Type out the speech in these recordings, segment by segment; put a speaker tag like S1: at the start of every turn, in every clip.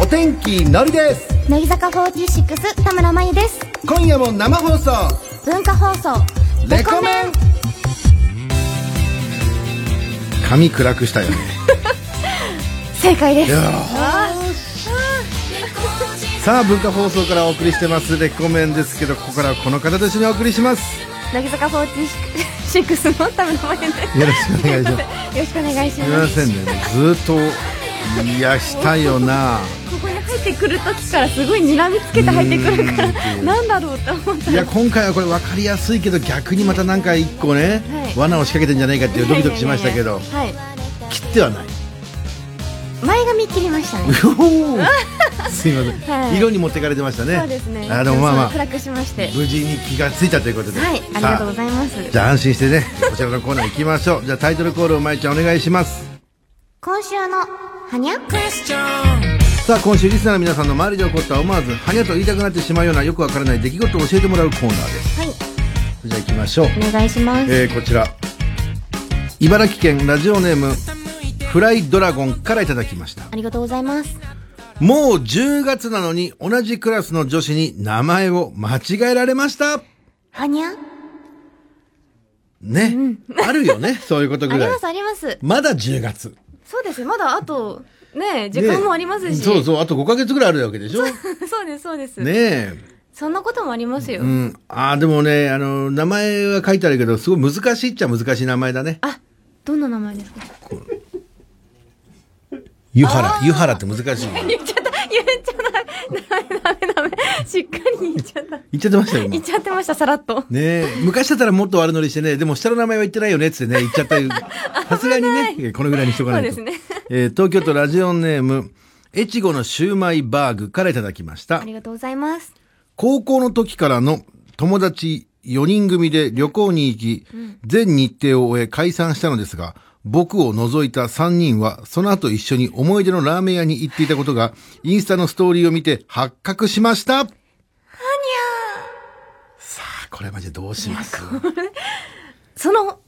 S1: お天気のりです
S2: 乃木坂46田村真由です
S1: 今夜も生放送
S2: 文化放送
S1: レコメン髪暗くしたよね
S2: 正解です
S1: よーしさあ文化放送からお送りしてますレコメンですけどここからはこの方と一緒にお送りします
S2: 乃木坂46の田村真由です
S1: よろしくお願いします
S2: よろしくお願いし
S1: すみま
S2: ます
S1: せんねずっといやしたよな
S2: ここに入ってくる時からすごい睨みつけて入ってくるからなんだろうと思って
S1: いや今回はこれ分かりやすいけど逆にまたなんか一個ね、
S2: はい
S1: 罠を仕掛けてんじゃないかっていうドキドキしましたけど
S2: はい
S1: 切っては ない
S2: 前髪切りましたね
S1: うおーすいません、
S2: はい
S1: 色に持ってかれてましたね
S2: そうですね
S1: あでもまあまあ
S2: 暗くしまして
S1: 無事に気がついたということでは
S2: はいありがとうございます
S1: じゃあ安心してね こちらのコーナー行きましょうじゃあタイトルコールをまいちゃんお願いします
S2: 今週のはにゃ
S1: さあ今週リスナーの皆さんの周りで起こった思わずはにゃと言いたくなってしまうようなよくわからない出来事を教えてもらうコーナーです
S2: はい
S1: じゃあ行きましょう
S2: お願いします
S1: えーこちら茨城県ラジオネームフライドラゴンからいただきました
S2: ありがとうございます
S1: もう10月なのに同じクラスの女子に名前を間違えられました
S2: はにゃ
S1: ね、あるよねそういうこと
S2: あ
S1: ぐ
S2: り
S1: らい
S2: ますあります
S1: まだ10月
S2: そうですまだあとね時間もありますし
S1: ねそうそうあと5ヶ月ぐらいあるわけでしょね
S2: そうですそうです、
S1: え
S2: そんなこともありますよ、
S1: うんああでもねあの名前は書いてあるけどすごい難しいっちゃ難しい名前だね
S2: あどんな名前ですか
S1: 湯原湯原って難しい
S2: 言っちゃった言っちゃったダメダメダメしっかり言っちゃった
S1: 言っちゃってま したよ今
S2: 言っちゃってましたさらっと
S1: ねえ、昔だったらもっと悪乗りしてね、でも下の名前は言ってないよねっつってね、言っちゃ ったりさすがにね、このぐらいにしとかないと。
S2: そうですね
S1: えー東京都ラジオネーム、越後のシューマイバーグからいただきました
S2: あ。りがとうございます
S1: 高校の時からの友達4人組で旅行に行き、全日程を終え解散したのですが、僕を除いた3人は、その後一緒に思い出のラーメン屋に行っていたことが、インスタのストーリーを見て発覚しましたはにゃーさあ、これマジでどうします
S2: その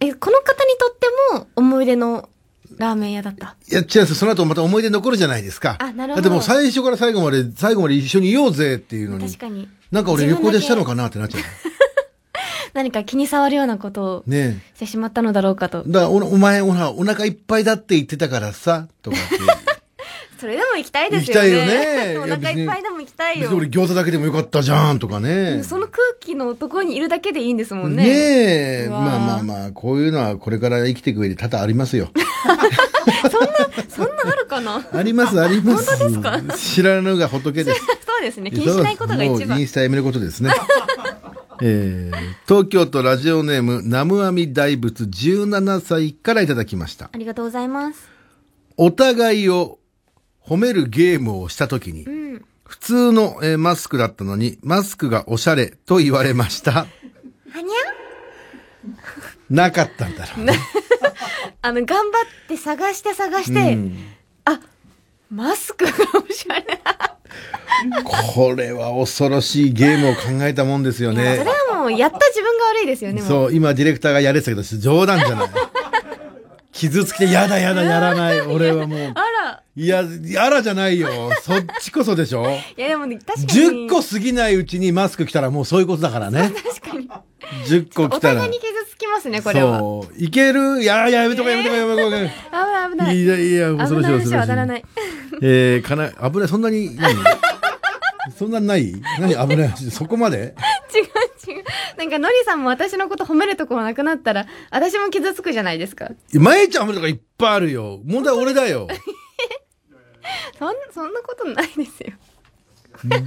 S2: えこの方にとっても思い出のラーメン屋だった
S1: いや、違うんですよその後また思い出残るじゃないですか。
S2: あな
S1: だ
S2: るほど
S1: ってもう最初から最後まで、最後まで一緒にいようぜっていうのに。
S2: 確かに
S1: なんか俺旅
S2: 自分
S1: 行
S2: だけ
S1: でしたのかなってなっちゃう。
S2: 何か気に障るようなことを
S1: ね
S2: してしまったのだろうかと、
S1: え。だからお、お前、ほら、お腹いっぱいだって言ってたからさ、とかって。
S2: それでも行きたいですよね
S1: 行きたいよね
S2: お腹いっぱいでも行きたい
S1: 別
S2: よ
S1: に俺餃子だけでもよかったじゃん、とかね。
S2: その空気のところにいるだけでいいんですもんね
S1: ねえ。
S2: うわー
S1: まあまあまあ、こういうのはこれから生きていく上で多々あります よ。
S2: そんなそんなあるかな
S1: あります、あります。
S2: 本当
S1: 知らぬが仏です。
S2: そうですね気にしないこと
S1: も
S2: が一
S1: うイン
S2: 番
S1: スタやめることですね。 えー、東京都ラジオネーム、ナムアミ大仏17歳からいただきました。
S2: ありがとうございます
S1: お互いを褒めるゲームをしたときに、
S2: ん
S1: 普通の、えーマスクだったのに、マスクがおしゃれと言われました。
S2: はに
S1: なかったんだろうね。
S2: ゃあの頑張って探して探して、
S1: うん
S2: あマスクがおしゃれ、
S1: これは恐ろしいゲームを考えたもんですよ
S2: そ
S1: ね
S2: れ。はもうやった自分が悪いですよねもう
S1: そう、今ディレクターがやれてたけど、冗談じゃない。 傷つきて、やだやだやらない。俺はもう
S2: あら
S1: いや、やらじゃないよ。そっちこそでしょ
S2: いやでも、ね、確かに
S1: ?10 個過ぎないうちにマスク来たらもうそういうことだからね。
S2: 確かに
S1: 10個来
S2: お
S1: たら
S2: 互い。に傷つきますねこれは
S1: そう。いけるいや、やめとこやめとこやめとこやめと
S2: 危ない危
S1: こ。
S2: ない
S1: いやいや、恐ろ
S2: 危
S1: しい
S2: ない
S1: 恐ろ
S2: 橋は
S1: し
S2: 当
S1: い
S2: た。らない
S1: えー、かな、危ない、そんなに、何そんなにない何危ない橋そこまで
S2: 違う違うなんかのりさんも私のこと褒めるとこなくなったら私も傷つくじゃないですか
S1: まえちゃん危ないとかいっぱいあるよ。問題は俺だよ。
S2: そんそんなことないですよ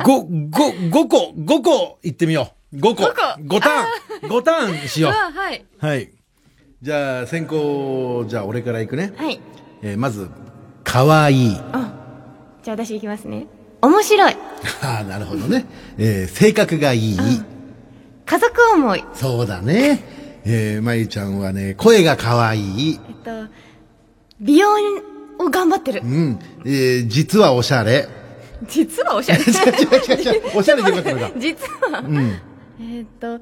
S1: ご、ご、五個、五個行ってみよう。五個。
S2: 五個
S1: 五ターン。五ターンしよう。
S2: あはい
S1: はい。じゃあ、先行、じゃあ俺から行くね。
S2: はい
S1: えーまず、かわいい。
S2: じゃあ私いきますね面白い
S1: ああ、なるほどね。えー性格がいい。
S2: 家族思い
S1: そうだね。えーまゆちゃんはね、声がかわいい。
S2: えっと美容を頑張ってる
S1: うん。えー実はおしゃれ。
S2: 実はおしゃれ
S1: 違う違う違う違う。おしゃれでよかったのか。
S2: 実は、
S1: ん
S2: えっと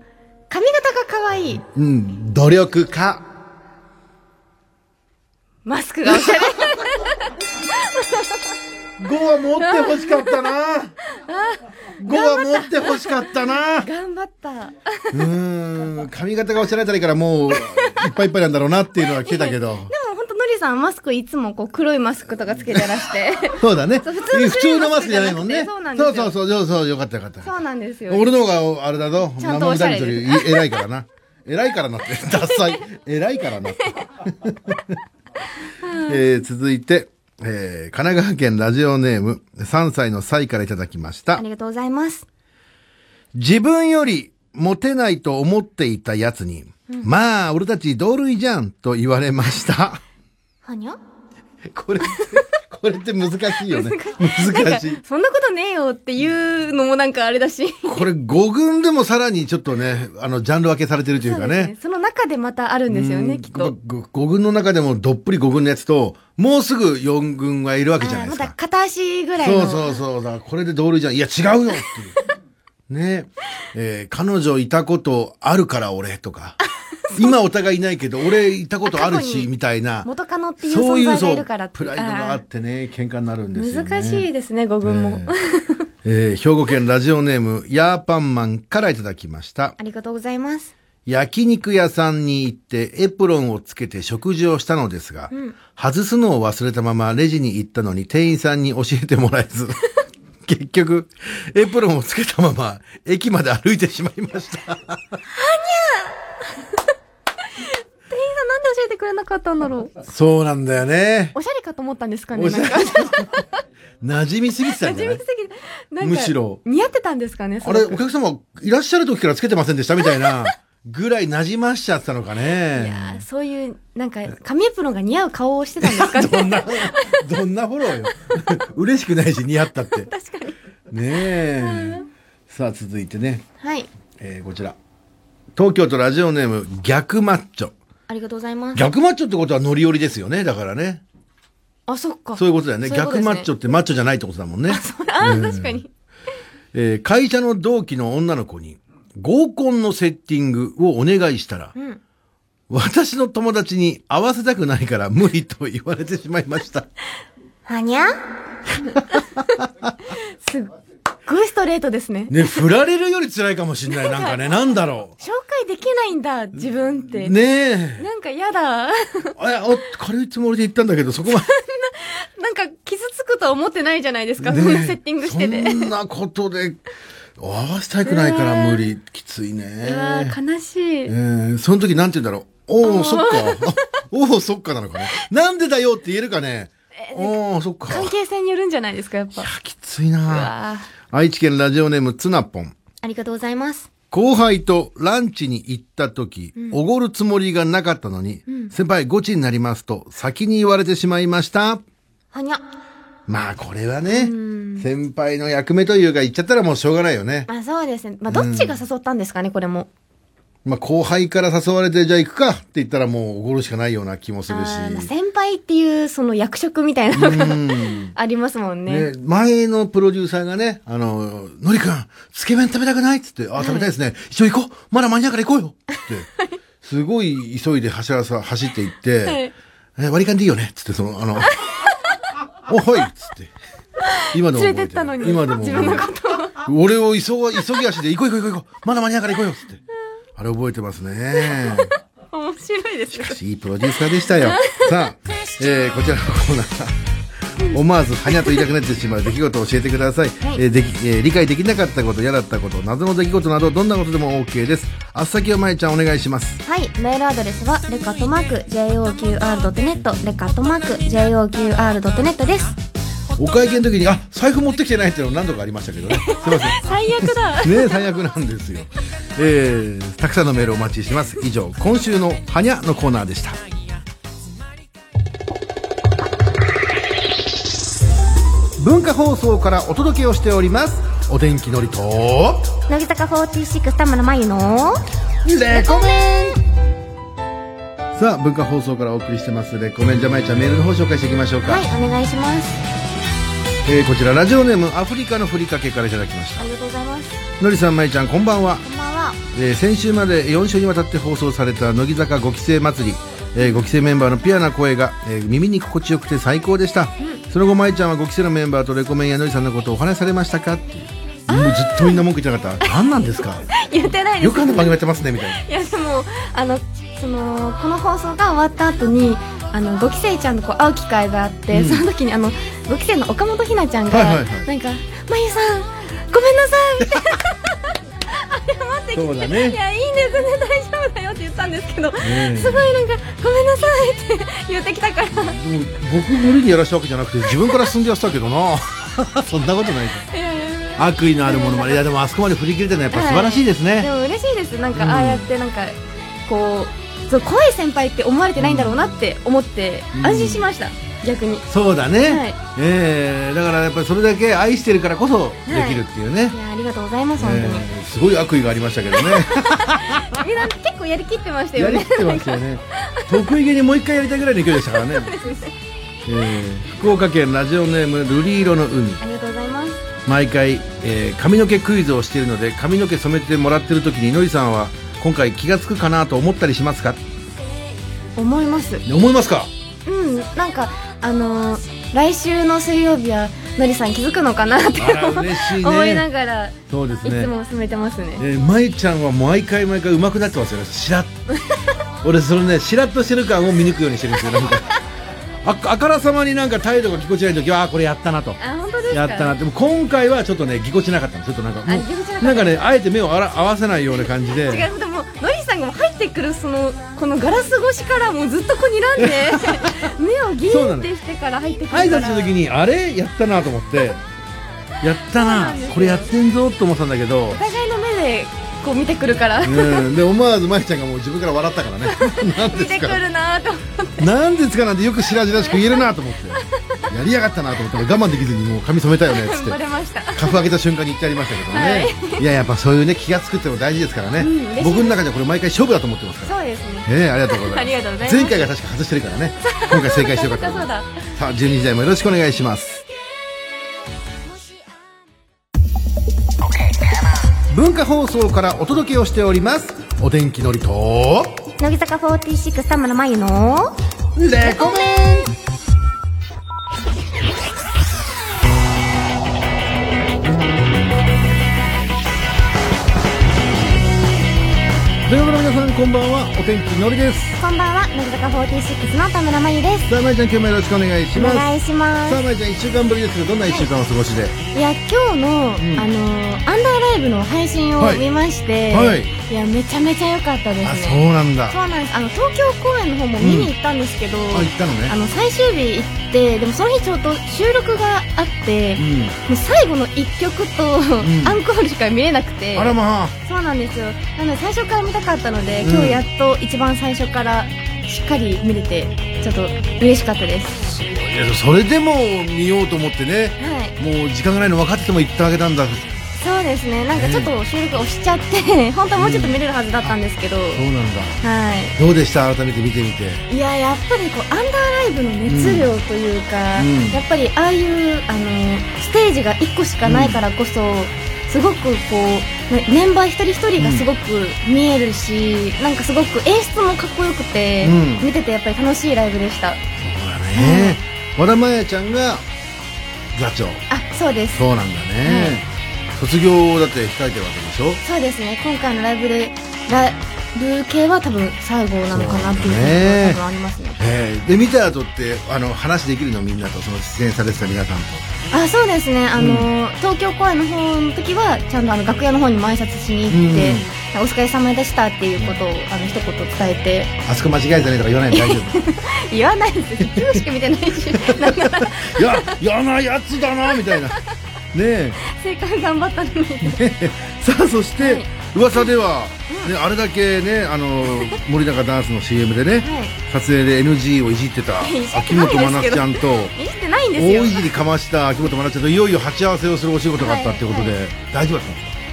S2: 髪型が可愛い
S1: うん。努力家。
S2: マスクがおしゃれ
S1: 5は持ってほしかった な5は持ってほしかったな
S2: 頑張った。
S1: うーん髪型がおしゃれたりからもういっぱいいっぱいなんだろうなっていうのは聞いたけど
S2: でも本当のりさんマスクいつもこう黒いマスクとかつけてら して。
S1: そうだね
S2: そう普通の
S1: 普通のマスクじゃないもんね
S2: そうなんです
S1: そうそう
S2: よ
S1: そうそうそうよかったよかった
S2: そうなんですよ。
S1: 俺の方があれだぞ
S2: ちゃんとおしゃれ
S1: 生
S2: です
S1: 身より偉いから な偉いからなってダサい偉いからなって、えー続いて、えー神奈川県ラジオネーム3歳のサイからいただきまし
S2: あ
S1: た
S2: りがとうございます。
S1: 自分よりモテないと思っていたやつに、まあ俺たち同類じゃんと言われま した
S2: はにゃ
S1: これって、これって難しいよね。
S2: なん
S1: 難
S2: か
S1: しい。、
S2: そんなことねえよっていうのもなんかあれだし。
S1: これ5軍でもさらにちょっとね、あの、ジャンル分けされてるという
S2: そ
S1: か
S2: うですね
S1: ね。
S2: その中でまたあるんですよね、きっと。
S1: 5軍の中でもどっぷり5軍のやつと、もうすぐ4軍がいるわ
S2: あ
S1: けじゃない
S2: ー
S1: で
S2: ますた
S1: か。
S2: 片足ぐらい
S1: そ
S2: の。
S1: うそうそう。だからこれで同類じゃん。いや、違う よっていう。ねえー彼女いたことあるから俺とか。今お互いいないけど、俺いたことある
S2: 過去
S1: し、
S2: に
S1: みたいな。
S2: 元カノっていう存在がいるからって
S1: プライドがあ
S2: あ
S1: ってね、喧嘩になるんですよ
S2: ー
S1: ね。
S2: 難しいですね、語群も。
S1: えー兵庫県ラジオネーム、ヤーパンマンからいただきました。
S2: ありがとうございます。
S1: 焼肉屋さんに行ってエプロンをつけて食事をしたのですが、外すのを忘れたままレジに行ったのに店員さんに教えてもらえず、 結局、エプロンをつけたまま駅まで歩いてしまいました。
S2: 店員さんなんで教えてくれなかったん だろう。
S1: そうなんだよね。
S2: おしゃれかと思ったんですかね。
S1: おしゃ
S2: なん
S1: れ
S2: か。。
S1: 馴染みすぎてたん
S2: 馴
S1: じゃ
S2: 染
S1: な
S2: み
S1: い
S2: すぎて。なんか
S1: むしろ
S2: 似合ってたんですかね、
S1: あれ、
S2: す
S1: お
S2: ごく
S1: 客様いらっしゃる時からつけてませんでしたみたいなぐらい馴染ましちゃってたのかね。
S2: いやーそういう、なんか、紙エプロンが似合う顔をしてたんです かね。
S1: どんな、どんなフォ ローよ。嬉しくないし、似合ったって。
S2: 確かに。
S1: ねえ。さあ、続いてね、
S2: はい。
S1: えーこちら。東京都ラジオネーム、逆マッチョ。
S2: ありがとうございます。
S1: 逆マッチョってことはノリ寄りですよね。だからね。
S2: あ、そっか。
S1: そういうことだよね。
S2: そういうこと
S1: 逆
S2: です
S1: マ
S2: ね
S1: ッチョってマッチョじゃないってことだもん ね。
S2: あー、確かに。
S1: えー会社の同期の女の子に合コンのセッティングをお願いしたら、
S2: ん
S1: 私の友達に合わせたくないから無理と言われてしまいました。
S2: はにゃ すっごいストレートですね。
S1: ね、振られるより辛いかもしんない。なんかね、なんだ ろ
S2: 紹介できないんだ、自分っ
S1: う。
S2: て。
S1: ねえ。
S2: なんかやだ。
S1: あ、いやお軽いつもりで言ったんだけど、そこま
S2: なんか傷つくとは思ってないじゃないですか、
S1: で。
S2: そん
S1: ね
S2: なセッティングしてて。
S1: そんなことで、合わせたくないから無理。きついう
S2: わ
S1: ね。
S2: ー悲し
S1: え
S2: い。
S1: ー、その時なんて言うんだろう。おお、そっか。 おお、そっかなのかね。なんでだよって言えるかね。おお、そっか。
S2: 関係性によるんじゃないですか、やっぱ。う
S1: あきついな
S2: わー
S1: 愛知県ラジオネームツナポン。
S2: ありがとうございます。
S1: 後輩とランチに行った時、おごるつもりがなかったのに、先輩ゴチになりますと先に言われてしまいました。
S2: はにゃ。
S1: まあこれはね、先輩の役目というか言っちゃったらもうしょうがないよね。
S2: まあそうですね。まあどっちが誘ったんですかね、これも。
S1: まあ後輩から誘われてじゃあ行くかって言ったらもうおごるしかないような気もするし。
S2: あーまあ先輩っていうその役職みたいなのが ありますもん
S1: ね、
S2: ね。
S1: 前のプロデューサーがね、あの、のりくん、つけ麺食べたくないっつって、あ、食べたいですね。一緒行こうまだ間に合うから行こうよって、すごい急いで走らさ、走って行って、
S2: はい
S1: え割り勘でいいよねっつって、その、あの、 お、はいっつって。今でも覚えて
S2: 連れて
S1: る
S2: ったのに、
S1: 今でも
S2: 自分の
S1: 覚
S2: ことを。
S1: えてる俺を急が、急ぎ足で行こう行こう行こう行こうまだ間に合うから行こうよっつって。あれ覚えてますね。
S2: 面白いですね。
S1: いいプロデューサーでしたよ。さあ、えーこちらのコーナー。思わずはにゃと言いたくなってしまう出来事を教えてください、
S2: はい
S1: えーできえー理解できなかったこと嫌だったこと謎の出来事などどんなことでも OK ですあっさきをまえちゃんお願いします
S2: はい、メールアドレスはレカットマーク JOQR.net レカットマーク JOQR.net です。
S1: お会計の時にあ財布持ってきてないっていうの何度かありましたけどねすいませ
S2: 最悪だ。
S1: んね最悪なんですよ、えー、たくさんのメールお待ちしてます以上今週のはにゃのコーナーでした文化放送からお届けをしておりますお天気のりと
S2: 乃木坂46田村真由の
S1: レ
S2: コメン
S1: さあ文化放送からお送りしてますレコメンジャマイちゃんメールの方紹介していきましょうか、
S2: はい、お願いします。
S1: えーこちらラジオネームアフリカのふりかけからいただきまし
S2: ありがとうございます。
S1: たのりさんまいちゃんこんばんは
S2: こんばんは。
S1: えー先週まで4週にわたって放送された乃木坂5期生祭り、え5期生メンバーのピュアな声が、えー耳に心地よくて最高でした、そその後舞ちゃんは5期生のメンバーとレコメンやのりさんのことをお話しされましたかっていうもうずっとみんな文句言ってなかった何なん ですか
S2: 言ってないです
S1: よくあんな番組やってますねみたいない
S2: やでもあのそのこの放送が終わった後にあの5期生ちゃんとこう会う機会があって、
S1: うん
S2: その時にあの5期生の岡本ひなちゃんが、
S1: はいはいはい
S2: なんか「まゆさんごめんなさい」みたい な謝ってきて
S1: そうだね
S2: いやいいんですね大丈夫だよ」って言ったんですけど、
S1: え
S2: すごいなんか「ごめんなさい」って言ってきたから
S1: でも僕無理にやらしたわけじゃなくて自分から進んでやってたけどな そんなことない
S2: いやいやいや
S1: 悪意のあるものまでいやでもあそこまで振り切れてるのはやっぱ素晴らしいです
S2: で
S1: ね、
S2: も嬉しいですなんか、
S1: うん
S2: ああやってなんかこうそう怖い先輩って思われてないんだろうなって思って、
S1: うん
S2: 安心しました逆に。
S1: そうだね、
S2: はい
S1: ええだからやっぱりそれだけ愛してるからこそできるっていうね、
S2: いやありがとうございます本当に、
S1: ええすごい悪意がありましたけどね
S2: みんな結構やりきってまし た
S1: や
S2: よ
S1: り
S2: ね
S1: きってましたよね 得意げにもう一回やりたいぐらいの勢いでしたから ねええ福岡県ラジオネーム瑠璃色の海
S2: ありがとうございます
S1: 毎回、えー髪の毛クイズをしているので髪の毛染めてもらってる時にのりさんは今回気がつくかなと思ったりしますか
S2: 思います
S1: 思いますか
S2: うんなんかあのー来週の水曜日はのりさん気づくのかなって
S1: あら嬉しいね
S2: 思いながらい
S1: そうですね
S2: つも進めてますね
S1: えー、舞ちゃんは毎回毎回上手くなってますよねしらっ 俺そのねしらっとしてる感を見抜くようにしてるんですよなんかああからさまになんか態度がぎこちない時はあーこれやったなと
S2: あ本当ですか
S1: やったなってでも今回はちょっとねぎこちなかったのちょっとなんかもう
S2: あぎこちなかった
S1: なんかねあえて目をあら合わせないような感じで
S2: 違うでものりさんがもう入ってくるそのこのガラス越しからもうずっとこにらんで 目をギーってしてから入ってくるから
S1: 挨拶の時にあれやったなと思ってやったな
S2: そうなんですよ
S1: これやってんぞと思ってたんだけど
S2: お互いの目でこう見てくるから、
S1: うんで思わず舞ちゃんがもう自分から笑った からねなんで
S2: 見
S1: す
S2: てく
S1: か
S2: るなと思って
S1: なんですかなんてよく白々しく言えるなと思ってやりやがったなと思って俺我慢できずにもう髪染めたよねっつっ
S2: バレ
S1: て
S2: ました
S1: カフ上げた瞬間に言ってやりましたけどね、い、ややっぱそういうね気がつくってのも大事ですからね、
S2: ん嬉しいです
S1: 僕の中ではこれ毎回勝負だと思ってますから
S2: そうですね
S1: ええありがとうございます
S2: ありがとうございます
S1: 前回が確か外してる からね今回正解してよかったと思います
S2: そう
S1: さあ12時台もよろしくお願いします文化放送からお届けをしておりますお天気のりと
S2: 乃木坂46田村真由の
S1: レコメン土曜日の皆さんこんばんはお天気のりです
S2: こんばんは乃木坂46の田村真由です
S1: さあまいちゃん今日もよろしくお願いし
S2: お
S1: ます
S2: 願いしま
S1: さあ
S2: す
S1: まいちゃん1週間ぶりですがどんな1週間を過ごしで、
S2: いや今日の、あのアンダーライブの配信を
S1: はい
S2: 見まして、
S1: はい
S2: やめちゃめちゃ良かったで
S1: あ
S2: す
S1: そ
S2: ね
S1: うなんだ
S2: そうなんですあの東京公演の方も見に行ったんですけど、
S1: あ行ったのね
S2: あの最終日行ってでもその日ちょっと収録があって、
S1: う
S2: も
S1: ん
S2: う最後の1曲と、
S1: ん
S2: アンコールしか見れなくて
S1: あらまあ
S2: そうなんですよなので最初から見たかったので、
S1: うん
S2: 今日やっと一番最初からしっかり見れてちょっと嬉しかったです
S1: いやそれでも見ようと思ってね
S2: はい
S1: もう時間がないの分かってても行ってあげたんだそ
S2: そうですねなんかちょっと収録押しちゃって本当はもうちょっと見れるはずだったんですけど、
S1: うなんだ
S2: は
S1: どうでした改めて見てみて
S2: いいややっぱりこうアンダーライブの熱量というか、
S1: うんうん
S2: やっぱりああいうあのステージが1個しかないからこそ、すごくこうねメンバー一人一人がすごく見えるし、なんかすごく演出もかっこよくて、
S1: うん
S2: 見ててやっぱり楽しいライブでした
S1: そうだね、和田真彩ちゃんが座長
S2: あそうです
S1: そうなんだね、卒業をだって控えてるわけでしょ
S2: そうですね今回のライブでライブ系は多分最後なのかなっていう感じが多分ありますね
S1: えー、で見た後ってあの話できるのみんなとその出演されてた皆さんと
S2: あそうですねあの、東京公演の方の時はちゃんとあの楽屋の方にも挨拶しに行って、お疲れ様でしたっていうことをあの一言伝えて
S1: あそこ間違えたねとか言わないの大丈夫
S2: 言わないですよ今日しか見てない しなんなら
S1: いや嫌なやつだなみたいなねえ
S2: 正解頑張った のに
S1: さあそして、
S2: はい
S1: 噂では、ね、あれだけねあの森高ダンスの CM でね、
S2: はい
S1: 撮影で NG をいじってた
S2: いじってない
S1: 秋元真夏ちゃんと
S2: いじってないんですよ
S1: 大いじりかました秋元真夏ちゃんといよいよ鉢合わせをするお仕事があったってことで、
S2: はい
S1: 大丈夫だっ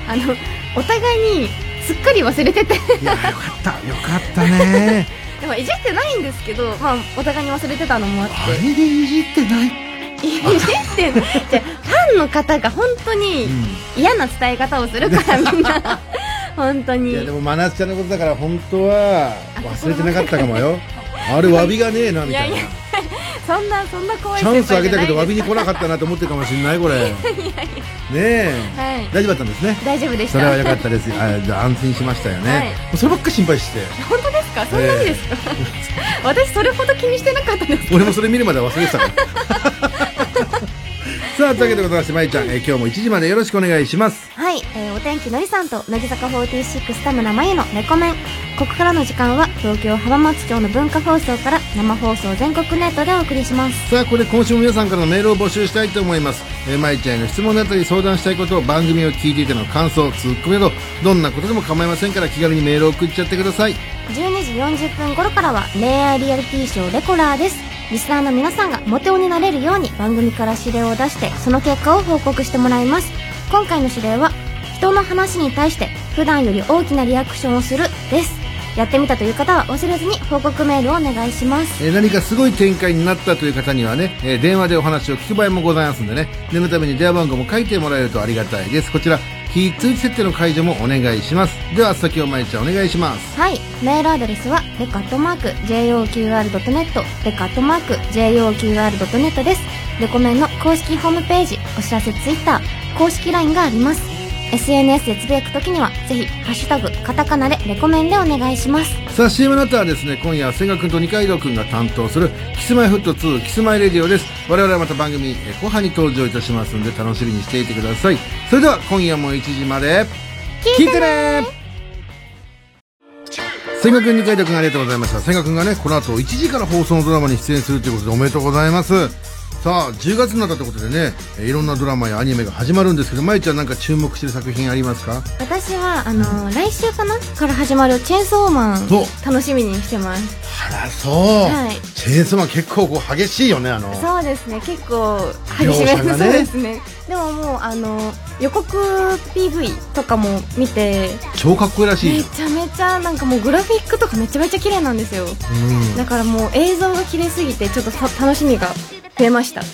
S1: たんですか
S2: あのお互いにすっかり忘れて て
S1: いやよかったよかったね
S2: でもいじってないんですけど、まあ、お互いに忘れてたのも あって
S1: あれでいじってない
S2: いじってんのじゃあファンの方が本当に嫌な伝え方をするからみん な本当
S1: い
S2: に
S1: やでも真夏ちゃんのことだ から本当は忘れてなかったかもよあれ詫びがねえなみたいない
S2: やいそんなそんな怖い
S1: チ
S2: 先
S1: ャ
S2: 輩
S1: ンスあげたけど詫びに
S2: じゃない
S1: 来なかったなと思ってるかもしれないこれねえ、
S2: はい
S1: 大丈夫だったんですね
S2: 大丈夫でした
S1: それは良かったですあじゃあ安心しましたよね、
S2: はい
S1: もうそればっか心配して
S2: 本当ですかそんなにですか、 私それほど気にしてなかったです
S1: 俺もそれ見るまで忘れて たからさあというわけでございましてまいちゃん、えー今日も1時までよろしくお願いします
S2: はい、えーお天気のりさんと乃木坂46田村真由のレコメンここからの時間は東京浜松町の文化放送から生放送全国ネットでお送りします
S1: さあこれ今週も皆さんからのメールを募集したいと思います、えー、まいちゃんへの質問だったり相談したいことを番組を聞いていての感想ツッコミなどどんなことでも構いませんから気軽にメールを送っちゃってください
S2: 12時40分頃からは恋愛リアリティショーレコラーですリスナーの皆さんがモテ男になれるように番組から指令を出してその結果を報告してもらいます今回の指令は人の話に対して普段より大きなリアクションをするですやってみたという方は忘れずに報告メールをお願いします
S1: えー何かすごい展開になったという方にはね、えー電話でお話を聞く場合もございますんでね念のために電話番号も書いてもらえるとありがたいですこちら非通知設定の解除もお願いしますでは先をまいちゃんお願いします
S2: はい、メールアドレスはレカットマーク JOQR.net レカットマーク JOQR.net ですレコメンの公式ホームページお知らせツイッター公式 LINE があります SNS でつぶやくときにはぜひ「ハッシュタグカタカナ」でレコメンでお願いします
S1: さあ CM の後はですね今夜は千賀君と二階堂君が担当するキスマイフット2キスマイレディオです我々はまた番組えー後半に登場いたしますので楽しみにしていてくださいそれでは今夜も1時まで聞いてね千賀君二階堂君ありがとうございました千賀君がねこの後1時から放送のドラマに出演するということでおめでとうございますさあ10月になったということでねえーいろんなドラマやアニメが始まるんですけどまゆちゃんなんか注目してる作品ありますか
S2: 私はあの来週かなから始まる「チェーンソーマン
S1: そう」
S2: 楽しみにしてます
S1: あらそう、
S2: はい
S1: チェーンソーマン結構こう激しいよねあの
S2: そうですね結構激しめ
S1: 描写がね
S2: な、そうですねでももうあの予告 PV とかも見て
S1: 超かっこいいらしい
S2: めちゃめちゃなんかもうグラフィックとかめちゃめちゃ綺麗なんですよ
S1: うん
S2: だからもう映像が綺麗すぎてちょっとさ楽しみが増えました
S1: そ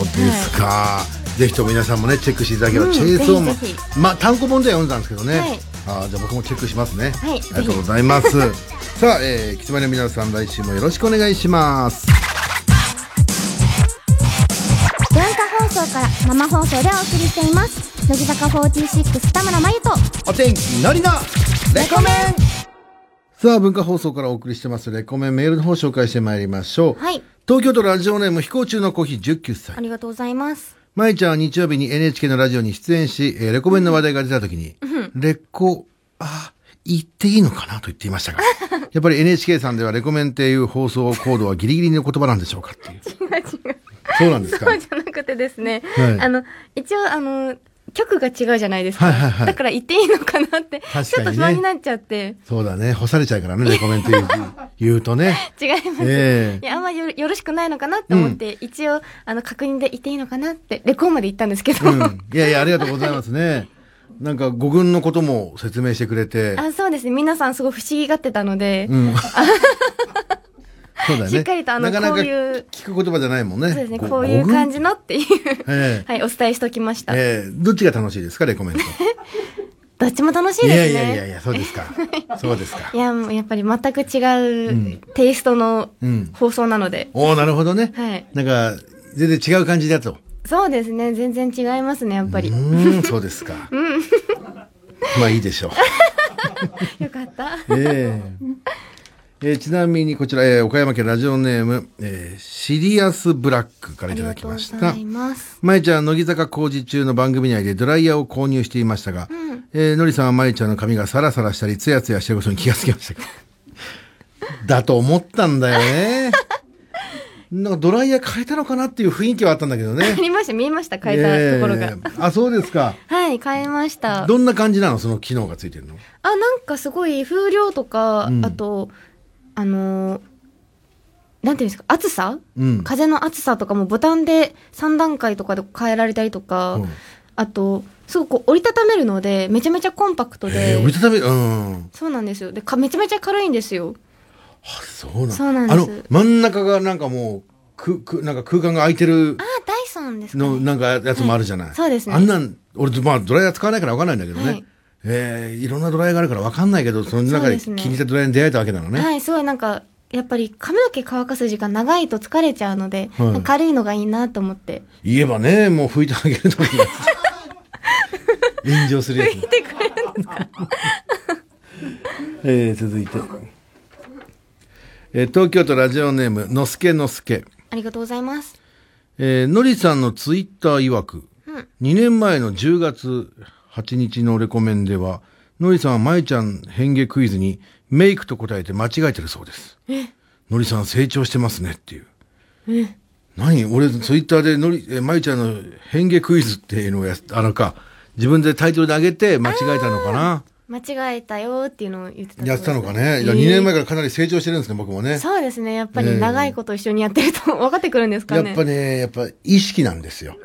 S1: うですか、ぜひとも皆さんもねチェックしていただければ、
S2: うん
S1: チェーンソーマン
S2: ぜひぜ
S1: まあ単行本では読んだんですけどね、
S2: はい
S1: あーじゃあ僕もチェックしますね、
S2: はい
S1: ありがとうございます さあ、えー、キツマイの皆さん来週もよろしくお願いします
S2: 文化放送から生放送でお送りしています乃木坂46田村真由と
S1: お天気のりのレコメンさあ文化放送からお送りしてますレコメンメールの方紹介してまいりましょう、
S2: はい
S1: 東京都ラジオネーム飛行中のコーヒー19歳
S2: ありがとうございます
S1: まいちゃんは日曜日に NHK のラジオに出演し、えーレコメンの話題が出た時に、レコ、あ、言っていいのかなと言っていま したが、やっぱり NHK さんではレコメンっていう放送コードはギリギリの言葉なんでしょうかっていう。
S2: 違う違う
S1: そうなんですか。
S2: そうじゃなくてですね、
S1: はい
S2: あの一応あの曲が違うじゃないですか、
S1: はいはいはい
S2: だから言っていいのかなって、
S1: かにね
S2: ちょっと不安になっちゃって
S1: そうだね。干されちゃうからね、レコメンっていう言うとね。
S2: 違います、
S1: ええ
S2: いや、あんまよよろしくないのかなって思って、一応、あの、確認で行っていいのかなって、レコーまで行ったんですけど、
S1: うん。いやいや、ありがとうございますね。なんか語群のことも説明してくれて。
S2: あそうですね、皆さんすごい不思議がってたので、
S1: うん。そうだよね。
S2: しっかりとあの
S1: なかなか
S2: こういう
S1: 聞く言葉じゃないもんね。
S2: そうですね、こういう感
S1: じ。
S2: じのっていう、
S1: ええ
S2: はい、お伝えしときました。
S1: えー、どっちが楽しいですか、レコ メント。
S2: どっちも楽しい
S1: い
S2: です
S1: や
S2: ね。
S1: いやいやいや、そう ですか。そうですか
S2: い。やもうやっぱり全く違うテイストの
S1: うん
S2: 放送なので、
S1: おおなるほどね。
S2: はい
S1: なんか、全然違う感じだと。
S2: そうですね、全然違いますね、やっぱり。
S1: うーん、そう ですか。まあいいでしょう。
S2: よかった。
S1: えええーちなみにこちら、えー岡山県ラジオネーム、えーシリアスブラックから
S2: あ
S1: い
S2: り
S1: ただ
S2: が
S1: き
S2: とうご
S1: まし
S2: ざ
S1: た
S2: い。ます。
S1: まゆちゃん、乃木坂工事中の番組内でドライヤーを購入していましたが、えーのりさんはまゆちゃんの髪がサラサラしたり、ツヤツヤしてることに気がつきました かだと思ったんだよ ね。なんかドライヤー変えたのかなっていう雰囲気はあったんだけどね
S2: あ。りました、見えました、変えたところが。
S1: えーあ、そうです か。
S2: はい、変えました。
S1: どんな感じなのその機能がついてるの
S2: あなんかすごい風量とか、
S1: うん
S2: あとあのーなんていうんですか暑さ、
S1: うん。
S2: 風の暑さとかもボタンで3段階とかで変えられたりとか、
S1: うん
S2: あとすごくこう折りたためるのでめちゃめちゃコンパクトで、
S1: えー、折りたたみ、うん。
S2: そうなんですよでかめちゃめちゃ軽いんですよ
S1: あ、そうな
S2: そうなんです
S1: あの、真ん中がなんかもう、く、く、なんか空間が空いてる
S2: あダイソンですか、
S1: の、
S2: ね、
S1: なんかやつもあるじゃない。
S2: はいそうですね
S1: あんなん、俺、まあ、ドライヤー使わないからわかんないんだけどね。
S2: はい
S1: えーいろんなドライヤーがあるからわかんないけど、その中
S2: そう
S1: で
S2: です
S1: 気
S2: ね
S1: に入ったドライヤーに出会えたわけなのね。
S2: はいすごいなんかやっぱり髪の毛乾かす時間長いと疲れちゃうので、
S1: はい
S2: なんか軽いのがいいなと思って。
S1: 言えばね、もう拭いてあげるのに。炎上するやつ。拭いてくれるんだ。えー、続いて。えー東京都ラジオネーム、のすけのすけ。
S2: ありがとうございます。
S1: えーのりさんのツイッター曰く、2年前の10月8日のレコメンでは、のりさんはまいちゃん変化クイズにメイクと答えて間違えてるそうです。のりさん成長してますねっていう。何俺ツイッターでのり、えーまいちゃんの変化クイズっていうのをやっ、あのか、自分でタイトルで上げて間違えたのかな
S2: 間違えたよーっていうのを言ってた。
S1: やってたのかね。いや、2年前からかなり成長してるんですね、僕もね。
S2: そうですね。やっぱり長いこと一緒にやってると 分かってくるんですか
S1: や
S2: ね。
S1: っぱね、やっぱ意識なんです よ。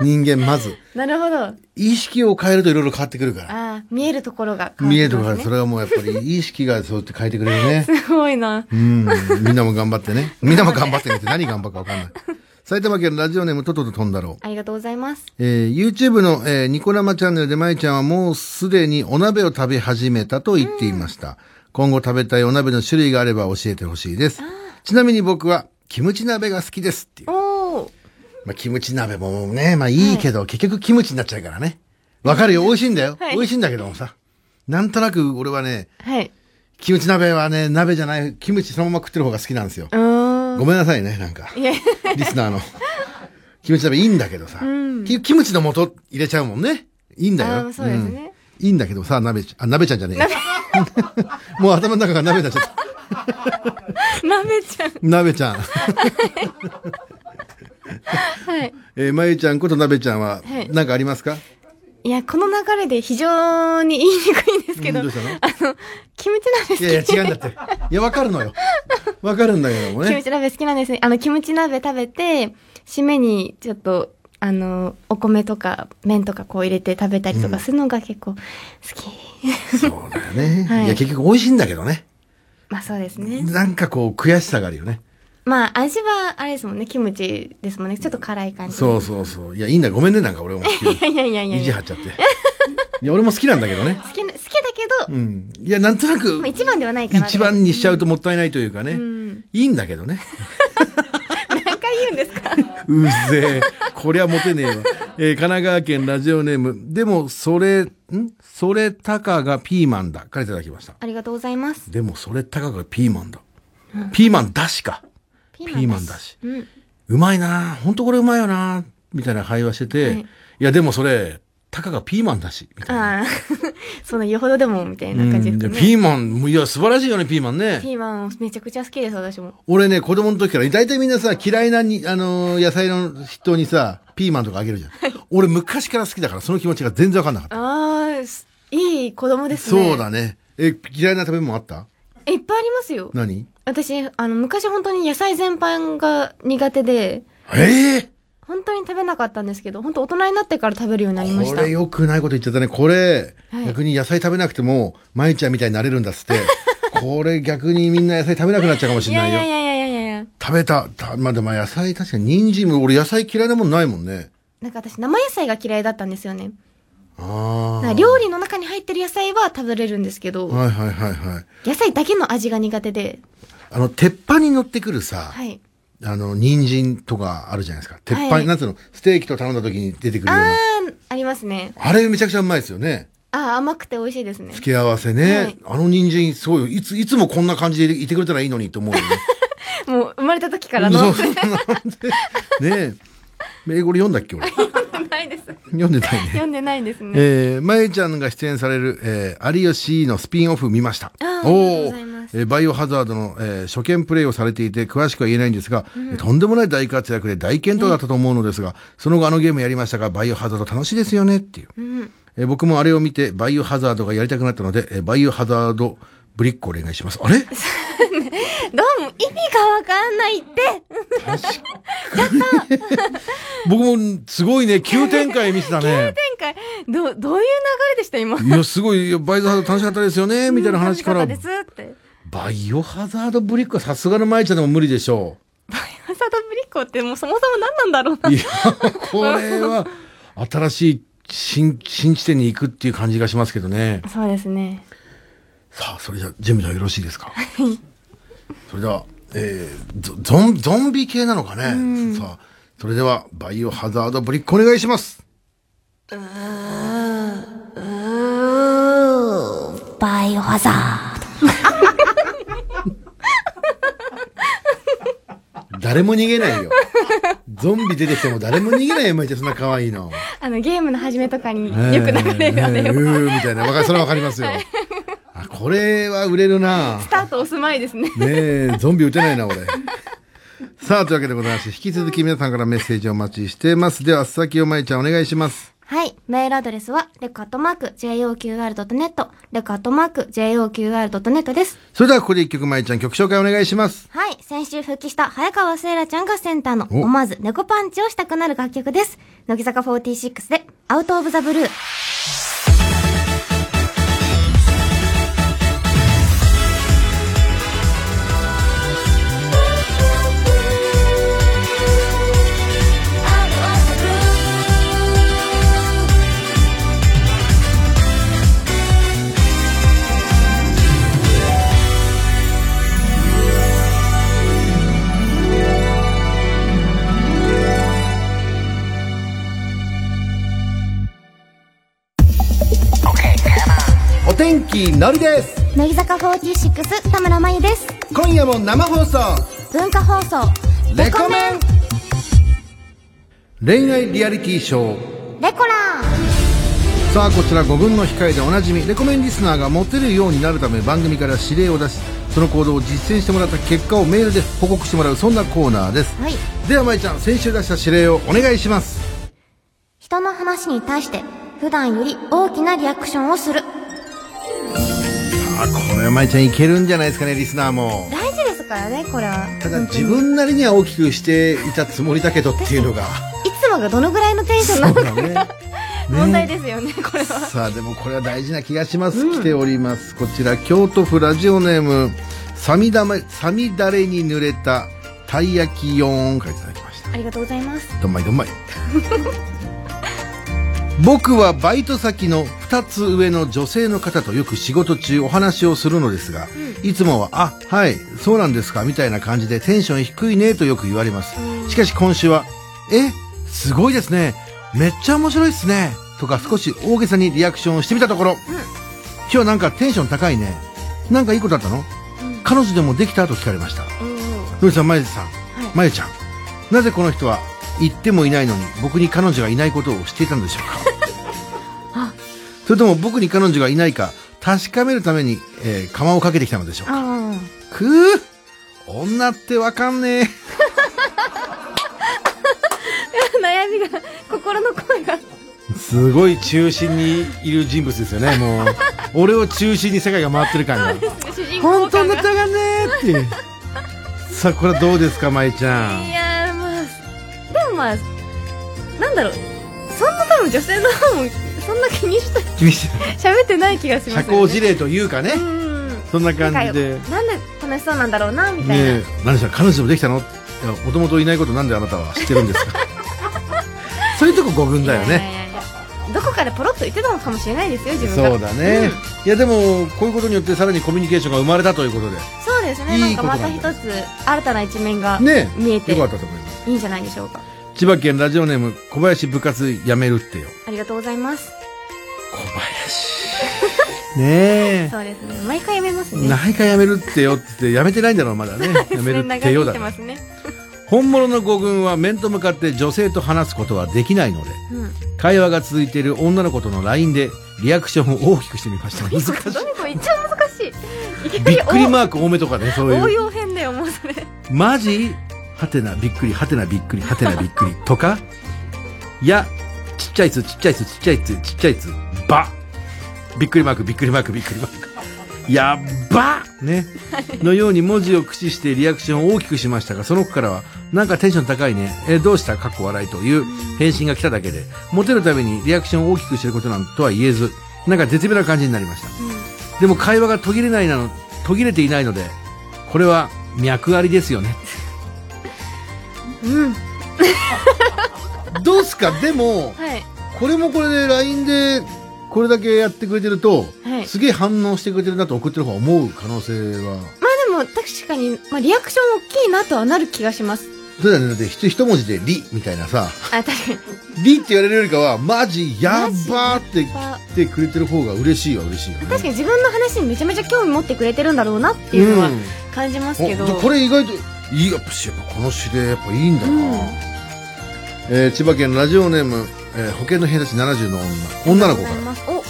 S1: 人間まず。
S2: なるほど。あ
S1: 意識を変えるといろいろ変わってくるから。
S2: あ、見えるところが変わ
S1: 見え
S2: っ
S1: ると
S2: てま
S1: ころが、
S2: すね。
S1: それはもうやっぱ り意識がそうやって変えてくれるね。
S2: すごいな。
S1: うん。みんなも頑張ってね。みんなも頑張ってねって何頑張るかわかんない。埼玉県ラジオネームトトトトンだろう。
S2: ありがとうございます。
S1: えー YouTube の、えーニコ生チャンネルでまいちゃんはもうすでにお鍋を食べ始めたと言っていました。今後食べたいお鍋の種類があれば教えてほしいです。ちなみに僕はキムチ鍋が好きですっていう。
S2: おー。
S1: まあ、キムチ鍋もね、まあいいけど、結局キムチになっちゃうからね。わかるよ、美味しいんだよ。
S2: はい
S1: 美味しいんだけどもさ。なんとなく俺はね、
S2: はい。
S1: キムチ鍋はね、鍋じゃない、キムチそのまま食ってる方が好きなんですよ
S2: う。ーん。
S1: ごめんなさいね、なんか。
S2: いや、
S1: リスナーの。キムチ鍋いいんだけどさ。きキムチの素入れちゃうもんね。いいんだ
S2: あ
S1: よ。
S2: ーそうですね
S1: うんいいんだけどさ、鍋ちゃん、あ、鍋ちゃんじゃねえよ。 もう頭の中が鍋になっちゃった。
S2: 鍋ちゃん。
S1: 鍋ちゃん。
S2: はい。
S1: えーまゆちゃんこと鍋ちゃんは
S2: は、い
S1: なんかありますか、
S2: いや、この流れで非常に言いにくいんですけど、
S1: うんどうしたの
S2: あの、キムチ鍋好き
S1: いやいや、違うんだって。いや、わかるのよ。わかるんだけども
S2: キム
S1: ね。
S2: チ鍋好きなんですね。あの、キムチ鍋食べて、締めにちょっと、あの、お米とか麺とかこう入れて食べたりとかするのが結構好き。
S1: そうだよね。
S2: はい
S1: い、や、結局美味しいんだけどね。
S2: まあそうですね。
S1: なんかこう、悔しさがあるよね。
S2: まあ味はあれですもんね、キムチですもんね。ちょっと辛い感じ。
S1: そうそうそう。いや、いいんだ。ごめんね、なんか俺も。
S2: いやいやいやいや
S1: 意
S2: い
S1: 地
S2: や。
S1: 張っちゃって。いや、俺も好きなんだけどね。
S2: 好きな、好きだけど、
S1: うん。いや、なんとなく
S2: まあ、一番ではないかな。
S1: 一。番にしちゃうともったいないというかね。
S2: ん
S1: いいんだけどね。
S2: 何回言うんですか
S1: うぜえ。こりゃモテねえわ。えー神奈川県ラジオネーム。でも、それ、んそれたかがピーマンだ。からいただきました。
S2: ありがとうございます。
S1: でも、それたかがピーマンだ。ピーマンだしか。
S2: ピ
S1: ピーマンだし。
S2: うん。
S1: うまいなほんとこれうまいよなみたいな会話してて、
S2: はい
S1: い、や、でもそれ、たかがピーマンだし、みたいな。
S2: ああ、 そのよほどでもみたいな感じです
S1: う
S2: か
S1: ん
S2: ね。
S1: ピーマン、いや、素晴らしいよね、ピーマンね。
S2: ピーマンめちゃくちゃ好きです、私も。
S1: 俺ね、子供の時から、大体みんなさ、嫌いなに、あのー野菜の人にさ、ピーマンとかあげるじゃん。俺昔から好きだから、その気持ちが全然わかんなかった。
S2: ああ、すいい子供ですね。
S1: そうだね。え、嫌いな食べ物あった
S2: え。いっぱいありますよ。
S1: 何
S2: 私、あの、昔本当に野菜全般が苦手で、
S1: ええ
S2: 本当に食べなかったんですけど、本当大人になってから食べるようになりまし
S1: こ
S2: た。
S1: れ良くないこと言っちゃったね。これ、
S2: はい
S1: 逆に野菜食べなくても、まゆちゃんみたいになれるんだっつっ て。これ逆にみんな野菜食べなくなっちゃうかもし
S2: い
S1: れな
S2: や
S1: い
S2: い
S1: よ。
S2: やいやいやいやいや。
S1: 食べた。たまあ、でも野菜確かに人参も、俺野菜嫌いなもんないもんね。
S2: なんか私、生野菜が嫌いだったんですよね。
S1: あ
S2: な
S1: あ。
S2: んか料理の中に入ってる野菜は食べれるんですけど、
S1: はいはいはいはい。
S2: 野菜だけの味が苦手で、
S1: あの、鉄板に乗ってくるさ、
S2: はい。
S1: あの、人参とかあるじゃないですか。鉄板、
S2: はい
S1: なんつうの、ステーキと頼んだ時に出てくるよう
S2: あ
S1: な。
S2: ー、ありますね。
S1: あれめちゃくちゃうまいですよね。
S2: あー、甘くて美味しいですね。
S1: 付け合わせね。
S2: はい
S1: あの人参、すごい、いつ、いつもこんな感じでいてくれたらいいのにと思うよね。
S2: もう、生まれた時から
S1: そ
S2: の
S1: う。そうなんで。ねえ。英語で読んだっけ俺。
S2: ないです。
S1: 読んでないね。
S2: 読んでないですね。
S1: えー、まゆちゃんが出演される、えー、有吉のスピンオフ見ました。
S2: あーありがとうご
S1: お
S2: ざいま
S1: ー
S2: す
S1: えーバイオハザードの、えー初見プレイをされていて、詳しくは言えないんですが、とんでもない大活躍で大健闘だったと思うのですが、その後あのゲームやりましたが、バイオハザード楽しいですよねっていう。
S2: うん。
S1: えー僕もあれを見て、バイオハザードがやりたくなったので、えーバイオハザードブリックお願いします。あれ
S2: どうも、意味がわかんないって
S1: 僕もすごいね、急展開見せたね。
S2: 前回、ど、どういう流れでした、今。
S1: いや、すごい、いやバイオハザード楽しかったですよね、みたいな話から、
S2: 楽しかったですって。
S1: バイオハザードブリックはさすがの舞ちゃんでも無理でしょ
S2: ハザードブリッコってもうそもそも何なんだろう
S1: う。いや、これは、新しい新、新地点に行くっていう感じがしますけどね。
S2: な。そうですね。
S1: さあ、それじゃ準備の方よろしいですか。それでは、えーゾゾン、ゾンビ系なのかね。さあ、それでは、バイオハザードブリックお願いします。
S2: バイオハザー ド。
S1: 誰も逃げないよ。ゾンビ出てきても誰も逃げないよ、マジでそんな可愛いの。
S2: あの、ゲームの始めとかによく流れるあれ
S1: えー
S2: を。
S1: うーみたいな。わかそれはわかりますよ。あ、これは売れるな
S2: スタートお住まいですね。
S1: ねえ、ゾンビ撃てないな、俺。さあ、というわけでございまして、引き続き皆さんからメッセージをお待ちしてます。では、佐々木おまいちゃんお願いします。
S2: はい。メールアドレスは、レコアットマーク、JOQR.net、レコアットマーク、JOQR.net です。
S1: それでは、ここで一曲まいちゃん曲紹介お願いします。
S2: はい。先週復帰した早川せいらちゃんがセンターの、
S1: お
S2: 思わず猫パンチをしたくなる楽曲です。乃木坂46で、アウトオブザブルー。
S1: お天気のりです。
S2: 乃木坂46、田村真由です。
S1: 今夜も生放送、
S2: 文化放送、
S1: レコメン恋愛リアリティショー。
S2: レコラー
S1: さあ、こちら5分の控えでおなじみ、レコメンリスナーがモテるようになるため番組から指令を出し、その行動を実践してもらった結果をメールで報告してもらう、そんなコーナーです。
S2: はい。
S1: では、まいちゃん、先週出した指令をお願いします。
S2: 人の話に対して、普段より大きなリアクションをする。
S1: あこれはまいちゃんいけるんじゃないですかねリスナーも
S2: 大事ですからね、これは。
S1: ただ自分なりには大きくしていたつもりだけどっていうのが
S2: いつもがどのぐらいのテンションなの
S1: そう
S2: か
S1: だね
S2: 問題ですよね、これは。
S1: さあでもこれは大事な気がします、来ておりますこちら京都府ラジオネームさみだめさみだれに濡れたたい焼きよーんからいただきました
S2: ありがとうございます。
S1: どんまいどんまい 僕はバイト先の2つ上の女性の方とよく仕事中お話をするのですが、いつもは「あはいそうなんですか」みたいな感じでテンション低いねとよく言われますしかし今週は「えすごいですねめっちゃ面白いですね」とか少し大げさにリアクションをしてみたところ、今日なんかテンション高いねなんかいいことだったの、彼女でもできたと聞かれましたのりさんまゆさん、まゆちゃんなぜこの人は言ってもいないのに僕に彼女がいないことを知っていたのでしょう
S2: あ
S1: かそれとも僕に彼女がいないか確かめるために、えー、釜をかけてきたのでしょうか
S2: ああ。
S1: くぅ女ってわかんねえ
S2: 悩みが、心の声が。
S1: すごい中心にいる人物ですよね、 もう。俺を中心に世界が回ってる感が。
S3: 主人
S1: 本
S3: 公
S1: 当
S3: 感
S1: になったがねーって。さあ、これはどうですか、舞ちゃ
S3: い
S1: ん。
S3: やーまあでもまあなんだろうそんな多分女性の方もそんな気にして
S1: 厳しい。
S3: 喋ってない気がしま
S1: 社
S3: すよ、ね、
S1: 交辞令というかね、
S3: うん
S1: そんな
S3: なんか
S1: 感じで。
S3: なんで楽しそうなんだろうなみたいな、
S1: ねえ、何でしょう、彼女もできたのいや、もともといないことなんであなたは知ってるんですか そういうとこ五軍だよ
S3: いやい
S1: ね。
S3: やいやどこかでポロッと言ってたのかもしれないですよ自分が
S1: そうだね。いや、でも、こういうことによってさらにコミュニケーションが生まれたということで。
S3: そうですね
S1: いい
S3: な
S1: こ
S3: んか
S1: とな
S3: ま
S1: んだ
S3: た
S1: よ
S3: 一つ新たな一面が
S1: ね
S3: 見え
S1: え、
S3: て
S1: よかったと思います。
S3: いいんじゃないでしょうか
S1: 千葉県ラジオネーム、小林部活やめるってよ。
S3: ありがとうございます
S1: 小林ね
S3: そうですね毎回やめます
S1: え
S3: ね
S1: 何回やめるってよって言ってやめてないんだろうまだ ねやめるってよ
S3: 流
S1: だ
S3: て
S1: ね
S3: ますね
S1: 本物の五軍は面と向かって女性と話すことはできないので
S3: うん
S1: 会話が続いている女の子との LINE でリアクションを大きくしてみました難し
S3: どれも一番難しいいき
S1: い
S3: な
S1: び
S3: り
S1: っくりマーク多めとかねそう
S3: 応
S1: いう
S3: 用編だよもうそれ
S1: マジはてなびっくりはてなびっくりはてなびっくりとかいやちっちゃいつちっちゃいつちっちゃいつちっちゃいつばびっくりマークびっくりマークびっくりマークやっばねのように文字を駆使してリアクションを大きくしましたがその子からはなんかテンション高いねえどうしたかっこ笑いという返信が来ただけでモテるためにリアクションを大きくしてることなんとは言えずなんか絶妙な感じになりました、でも会話が途切れないなの途切れていないのでこれは脈ありですよね
S3: うん
S1: どうすかでも
S3: はい
S1: これもこれで LINE でこれだけやってくれてると、
S3: はい
S1: すげえ反応してくれてるなと送ってる方が思う可能性は
S3: まあでも確
S2: 確かに、まあ、リアクション大きいなとはなる気がします。
S1: そうだね。だって、ひと一文字で、り、みたいなさ、
S2: あ、確かに。
S1: りって言われるよりかは、マジ、やっばーって
S2: あ
S1: 来てくれてる方が嬉しいは嬉しいよね。
S2: 確かに自分の話にめちゃめちゃ興味持ってくれてるんだろうなっていうのは
S1: うん
S2: 感じますけど。
S1: おこれ意外といいやっぱしやっぱこの指令やっぱいいんだな、
S2: うん
S1: えー千葉県ラジオネーム、えー保険の偏差値70の女女の子から
S2: お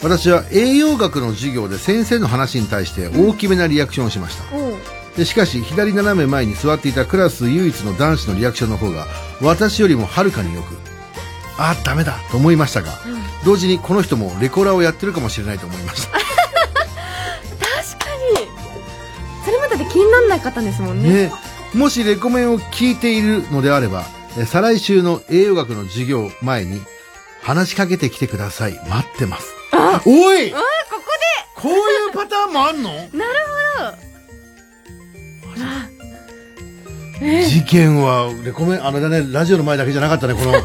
S1: 私は栄養学の授業で先生の話に対して大きめなリアクションをしました、
S2: お
S1: でしかし左斜め前に座っていたクラス唯一の男子のリアクションの方が私よりもはるかによくあダメだと思いましたが、同時にこの人もレコラをやってるかもしれないと思いました
S2: 確かにそれまでで気にならなかったんですもんね
S1: ねもしレコメンを聞いているのであればえ再来週の栄養学の授業前に話しかけてきてください待ってますおい
S2: あここ
S1: こういうパターンもあんの
S2: でなるほどあえ
S1: 事件はレコメンあれだねラジオの前だけじゃなかったねこのやっ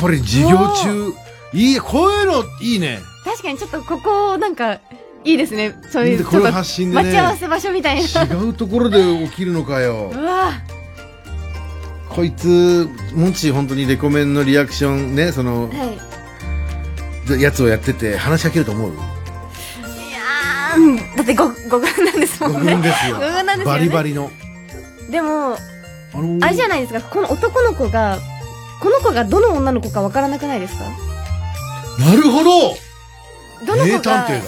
S1: ぱり授業中いいこういうのいいね
S2: 確かにちょっとここなんかいいですねそういうち
S1: で
S2: ょっ
S1: これ
S2: と
S1: 発信で
S2: 待ち合わ
S1: ね
S2: せ場所みたいな
S1: 違うところで起きるのかよ
S2: うわ
S1: こいつもし本当にレコメンのリアクションねその
S2: はい
S1: やつをやってて話しかけると思 う
S2: いやーうんだってご五軍なんですも
S1: 五
S2: んね
S1: 軍ですよ
S2: 五軍なんですよね
S1: バリバリの
S2: でも
S1: あのー
S2: あれじゃないですかこの男の子がこの子がどの女の子かわからなくないですか
S1: なるほど
S2: どの
S1: 名
S2: 子
S1: 探
S2: が
S1: 偵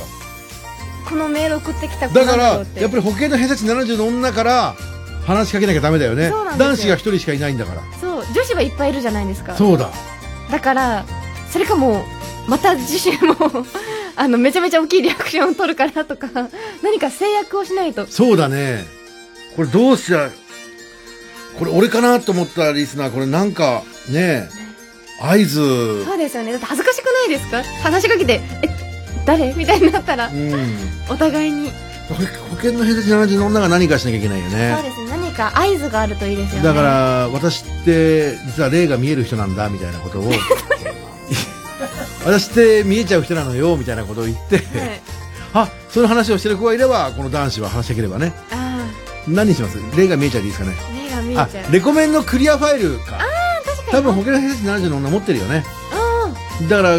S2: このメール送ってきた子
S1: だだから
S2: な
S1: や
S2: ん
S1: っ
S2: ろう
S1: ぱり保険の偏差値70の女から話しかけなきゃダメだよね
S2: そうなんですよ
S1: 男子が一人しかいないんだから
S2: そう女子はいっぱいいるじゃないですか
S1: そうだ
S2: だからそれかもうまた自身も あのめちゃめちゃ大きいリアクションを取るからとか何か制約をしないと
S1: そうだねこれどうしゃこれ俺かなと思ったリスナーこれなんかね合図
S2: そうですよねだって恥ずかしくないですか話しかけて「え誰?」みたいになったら
S1: うん
S2: お互いに
S1: 保保険の偏差値70の女が何かしなきゃいけないよ
S2: そう
S1: ね
S2: ですね何か合図があるといいですよね
S1: だから私って実は霊が見える人なんだみたいなことを 私って見えちゃう人なのよみたいなことを言って、
S2: はい、
S1: あそういう話をしてる子がいればこの男子は話しかければね
S2: あ
S1: 何にします霊が見えちゃうでいいですかね
S2: あ目が見え
S1: あ
S2: ちゃう
S1: レコメンのクリアファイルか
S2: 確か
S1: 多
S2: に
S1: 分保険の偏差値70の女持ってるよね
S2: あ
S1: だから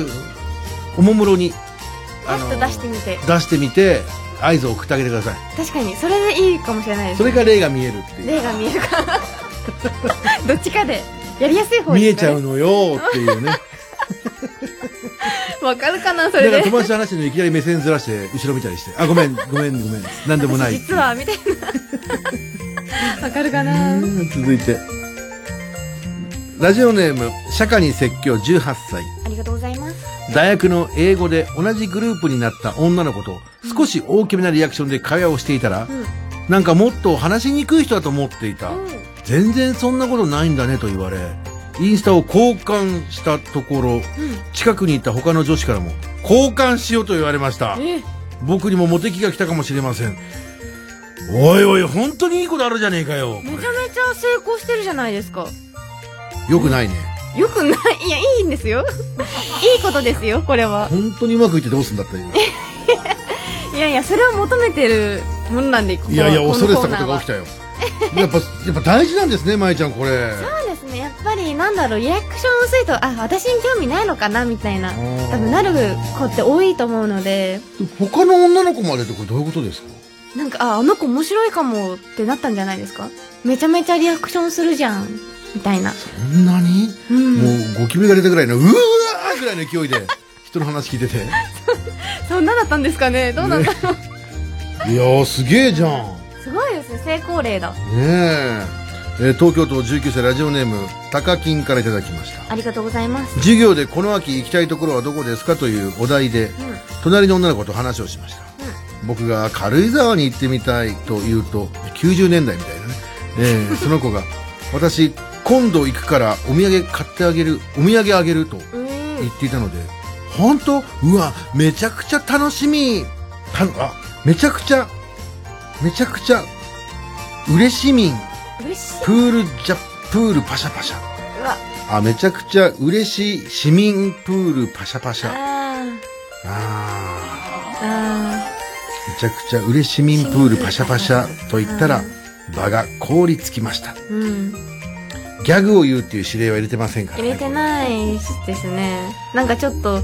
S1: おもむろに
S2: あパッと出して
S1: み
S2: みて
S1: 出してみて合図を送ってあげてください
S2: 確かにそれでいいかもしれないです
S1: それが霊が見えるっていう
S2: 霊が見えるか どっちかでやりやすい方
S1: 見
S2: で
S1: え
S2: す
S1: ち
S2: か
S1: ゃ
S2: ね
S1: うのよって いうね
S2: わかるかなそれ
S1: だか
S2: で
S1: ら友達と話してるのにいきなり目線ずらして後ろ見たりしてあごめ んごめんごめんなんでもない
S2: 実はみたいなわかるかな
S1: うん続いてラジオネーム釈迦に説教18歳
S4: ありがとうございます
S1: 大学の英語で同じグループになった女の子と少し大きめなリアクションで会話をしていたら、
S2: ん
S1: なんかもっと話しにくい人だと思っていた、全然そんなことないんだねと言われインスタを交換したところ、近くにいた他の女子からも交換しようと言われました
S2: え
S1: 僕にもモテ期が来たかもしれませんおいおい本当にいいことあるじゃねえかよ
S2: めちゃめちゃ成功してるじゃないですか
S1: よくないね
S2: よくないいやいいんです よいいことですよこれは
S1: 本当にうまくいってどうすんだった いう
S2: いやいやそれを求めてるものなんでここ
S1: いやいや
S2: この
S1: 恐れてたこ
S2: コーナー
S1: と
S2: は
S1: が起きたよやっぱやっぱ大事なんですね舞ちゃんこれ
S2: そうですねやっぱりなんだろうリアクション薄いとあ私に興味ないのかなみたいな
S1: ー
S2: 多分なる子って多いと思うので
S1: 他の女の子までってこれどういうことですか
S2: なんかああの子面白いかもってなったんじゃないですかめちゃめちゃリアクションするじゃんみたいな
S1: そんなに、
S2: うん
S1: もうゴキブリが出たぐらいのうわーぐらいの勢いで人の話聞いてて
S2: そんなだったんですかねどうなんだろう、
S1: いやーすげえじゃん
S2: すごいですね成功例だ
S1: ねええー東京都19歳ラジオネームタカキンからいただきました
S4: ありがとうございます
S1: 授業でこの秋行きたいところはどこですかというお題で、隣の女の子と話をしました、僕が軽井沢に行ってみたいと言うと90年代みたいなね、えーその子が私今度行くからお土産買ってあげるお土産あげると言っていたので本当うわめちゃくちゃ楽しみたあめちゃくちゃめちゃくちゃ嬉しみん
S2: 嬉しい
S1: プールジャプールパシャパシャ
S2: うわ
S1: あめちゃくちゃ嬉しい市民プールパシャパシャ
S2: あー
S1: あ
S2: あ
S1: ーちゃくちゃ嬉しみんプールパシャパシャと言ったら、場が凍りつきました。
S3: うん。
S1: ギャグを言うっていう指令は入れてませんから
S3: 入
S1: ね。
S3: れてないですね。なんかちょっと、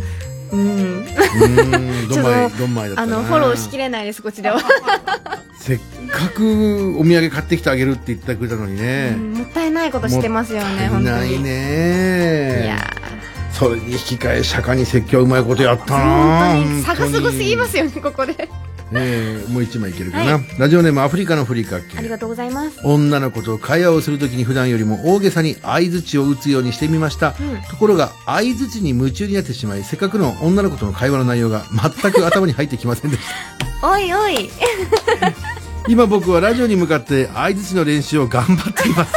S3: うん。
S1: うーん、どんま
S3: ちょ
S1: い、
S3: っと
S1: どんまいだった
S3: あ
S1: な
S3: の、フォローしきれないです、こっちらは。
S1: せっかくお土産買ってきてあげるって言ってくれたのにね。
S3: うんもったいないことしてますよね、
S1: 足り
S3: 本当
S1: な
S3: に。
S1: い
S3: い
S1: ね
S3: や
S1: それに引き換え釈迦に説教うまいことやっ
S3: ー、
S1: たな、
S3: 本当に差がすごすぎますすよね、ここで。
S1: ねえもう一枚いけるかな、ラジオネームアフリカのふりか
S3: あり
S1: け
S3: がとうございます。
S1: 女の子と会話をするときに普段よりも大げさに相づちを打つようにしてみました、
S3: うん
S1: ところが相づちに夢中になってしまいせっかくの女の子との会話の内容が全く頭に入ってきませんで した
S3: おいおい。
S1: 今僕はラジオに向かって相づちの練習を頑張っています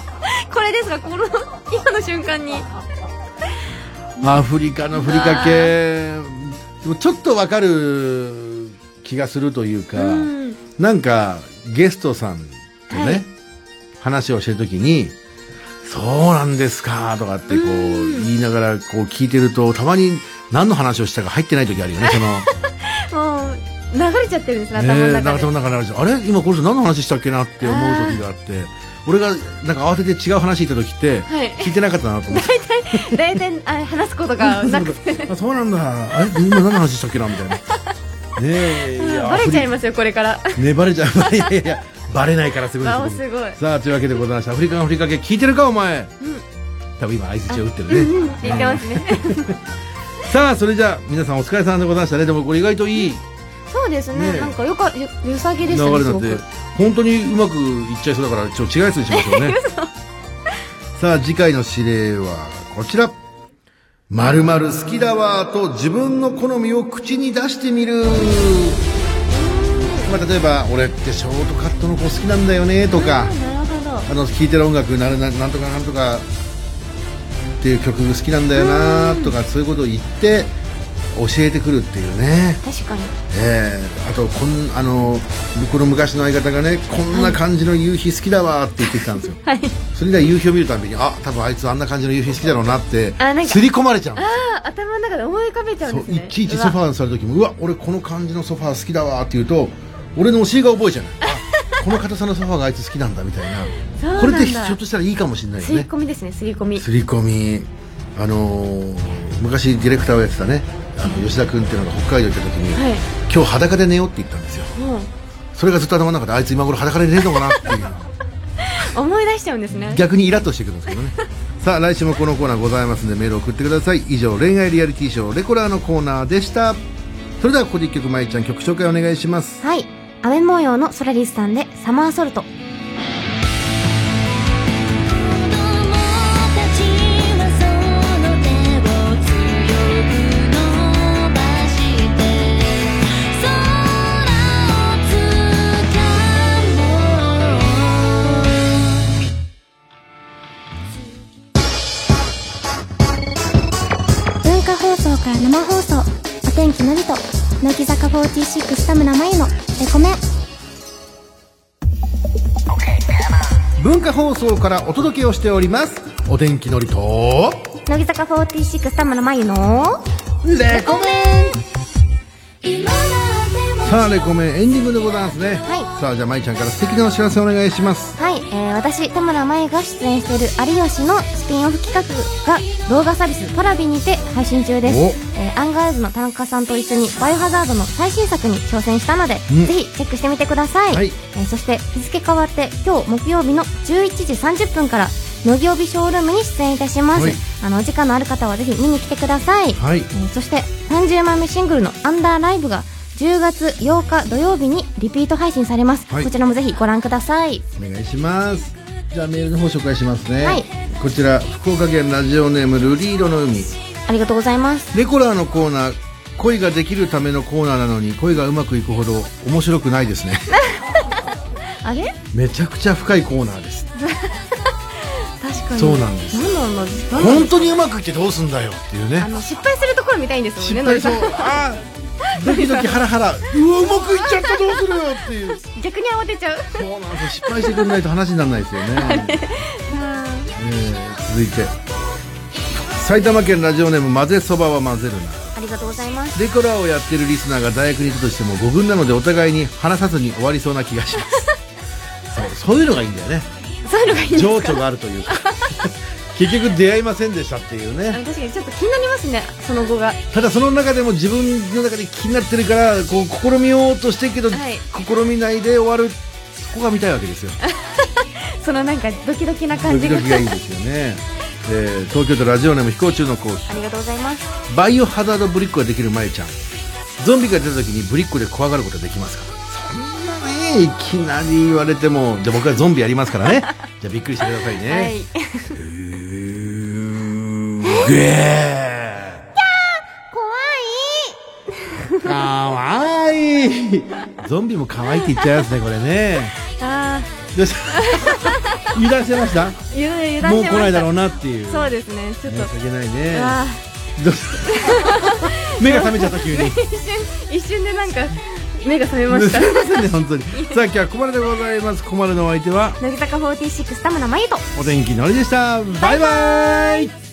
S3: これですが、この、 今の瞬間に。
S1: アフリカのふりかけでもちょっとわかる気がするというか、
S3: うん。
S1: なんかゲストさんとね、
S3: はい
S1: 話をしてるときに「そうなんですか」とかってこ
S3: う
S1: う
S3: ん
S1: 言いながらこう聞いてるとたまに何の話をしたか入ってない時あるよねその
S3: もう、流れちゃってるんですね、 頭
S1: ね
S3: の
S1: えな
S3: 中
S1: んか
S3: で
S1: そ。の中にあるんですよあれ今この人何の話したっけなって思う時があって俺がなんか慌てて違う話した時って
S3: はい。
S1: 聞いてなかったなと思って。
S3: 大体、あ話すことがなくて。
S1: あそう なんだあれ今何の話したっけなみ たいなねえいや
S3: バレちゃいますよ、これから。
S1: ねバレちゃういやいやいやバレないからすごい
S3: わお、
S1: です
S3: すごい。
S1: さあというわけでございましてアフリカのふりかけ聞いてるかお前、多分今相づちを打ってる ね、
S3: 言ってますね。
S1: さあそれじゃあ皆さんお疲れさんでございましたねでもこれ意外といい
S3: そうです
S1: ねえ
S3: ね、なんかよか、よ良さげで
S1: 流れ
S3: したね、す
S1: な
S3: ご
S1: んで
S3: く。
S1: 本当にうまくいっちゃいそうだからちょっと違うやつにしましょうねさあ次回の指令はこちらまる好きだわーと自分の好みを口に出してみるまあ、例えば俺ってショートカットの子好きなんだよねとか、
S3: なるほど。
S1: あの聴いてる音楽なるななんとかなんとかっていう曲好きなんだよなとかそういうことを言って教えてくるっていうね、
S3: 確かに。
S1: えーあとこんあの僕の昔の相方がねこんな感じの夕日好きだわって言ってきたんですよ、
S3: はい。
S1: それで夕日を見るたびにあ多分あいつあんな感じの夕日好きだろうなって
S3: あなんか
S1: 刷り込まれちゃう
S3: あ頭の中で思い浮かべちゃうんで
S1: そう
S3: す
S1: い
S3: ね。
S1: ちいちソフ
S3: うわ
S1: ァーに座る時もうわ俺この感じのソファー好きだわって言うと俺のお尻が覚え ちゃうあこの硬さのソファーがあいつ好きなんだみたい
S3: そう
S1: な
S3: なんだ
S1: これってひょっとしたらいいかもしれないよ
S3: 吸い
S1: ね
S3: 込みですね、吸い込み。
S1: 刷り込みあのー昔ディレクターをやってたねあの吉田君っていうのが北海道行った時に、
S3: はい。
S1: 今日裸で寝ようって言ったんですよ
S3: もう、
S1: それがずっと頭の中であいつ今頃裸で寝るのかなっていう
S3: 思い出しちゃうんですね。
S1: 逆にイラッとしてくるんですけど ねさあ来週もこのコーナーございますんでメール送ってください以上恋愛リアリティショーレコラーのコーナーでしたそれではここで一曲まいちゃん曲紹介お願いします
S2: はい。雨模様のソラリスさんでサマーソルト。
S5: 子供たちはその手を強く握伸ばして空を掴もう
S2: 文化放送から生放送。お天気のりと、乃木坂46田村真由のレコメン。
S1: 文化放送からお届けをしておりますお天気のりと
S2: 乃木坂46田村真由の
S1: レコ
S5: 今までも
S1: さあレコメンエンディングでございますね、
S2: はい
S1: さあじゃあまいちゃんから素敵なお知らせお願いします
S2: はい、えー、私、田村真由が出演している有吉のスピンオフ企画が動画サービスパラビにて配信中です。えーアンガールズの田中さんと一緒にバイオハザードの最新作に挑戦したので、
S1: うん
S2: ぜひチェックしてみてください。
S1: はい
S2: えーそして日付変わって今日木曜日の11時30分から、乃木帯ショールームに出演いたします。
S1: はい
S2: あの、お時間のある方はぜひ見に来てください。
S1: はい
S2: えーそして30枚目シングルの「アンダーライブが10月8日土曜日にリピート配信されます、
S1: はい
S2: こちらもぜひご覧ください
S1: お願いしますじゃあメールの方紹介しますね、
S2: はい
S1: こちら福岡県ラジオネームルリードの海
S2: ありがとうございます
S1: レコラーのコーナー恋ができるためのコーナーなのに恋がうまくいくほど面白くないで すね
S2: あれ
S1: めちゃくちゃ深いコーナーです
S3: 確かに。
S1: そうなんです
S3: 何なんだ何なんだ
S1: 本当にうまくいってどうすんだよっていう
S3: あ
S1: ね
S3: の、失敗するところ見たいんですもん
S1: 失
S3: ね、の
S1: 敗
S3: り
S1: そ
S3: さ。
S1: うんあ ードキドキハラハラうわうまくいっちゃったどうするよっていう
S3: 逆に慌てちゃう。
S1: そうなんです失敗してくれないと話にならないです よね、えー続いて埼玉県ラジオネーム混ぜそばは混ぜるな
S2: あありがとうございます
S1: レコラをやってるリスナーが大学にいたとしても5軍なのでお互いに話さずに終わりそうな気がします そうそういうのがいいんだよね
S3: そういうのがいいんです
S1: 情
S3: か
S1: 緒があるというか 結局出会いませんでしたっていう
S3: あ
S1: ね
S3: 確かにちょっと気になりますねその後が
S1: ただその中でも自分の中で気になってるからこう試みようとしてるけど、
S3: はい
S1: 試みないで終わるそこが見たいわけですよ
S3: そのなんかドキドキな
S1: ド
S3: 感
S1: キ
S3: じ
S1: ド
S3: が
S1: キが いいですよね、えー東京都ラジオネーム飛行中の講師
S2: ありがとうございます
S1: バイオハザードブリッコができるまゆちゃんゾンビが出た時にブリッコで怖がることはできますかそんなねいきなり言われてもじゃあ僕はゾンビやりますから ねじゃあびっくりしてくださいね、
S3: はい
S1: グエーかわいいゾンビもかわいいって言っちゃいますねこれ ね
S3: あ
S1: よし油断してました
S3: あ油断してました
S1: もう来ないだろうなっていう
S3: そうですねちょっと、
S1: 申し訳ないね
S3: ああ
S1: どうし目が覚めちゃった急に
S3: 一瞬一瞬でなんか目が覚めまし
S1: す
S3: た
S1: いませんね本当にさあ今日はここまででございますここまでのお相手は
S2: 乃木坂46田村真由と
S1: お天気のりでしたバイバイ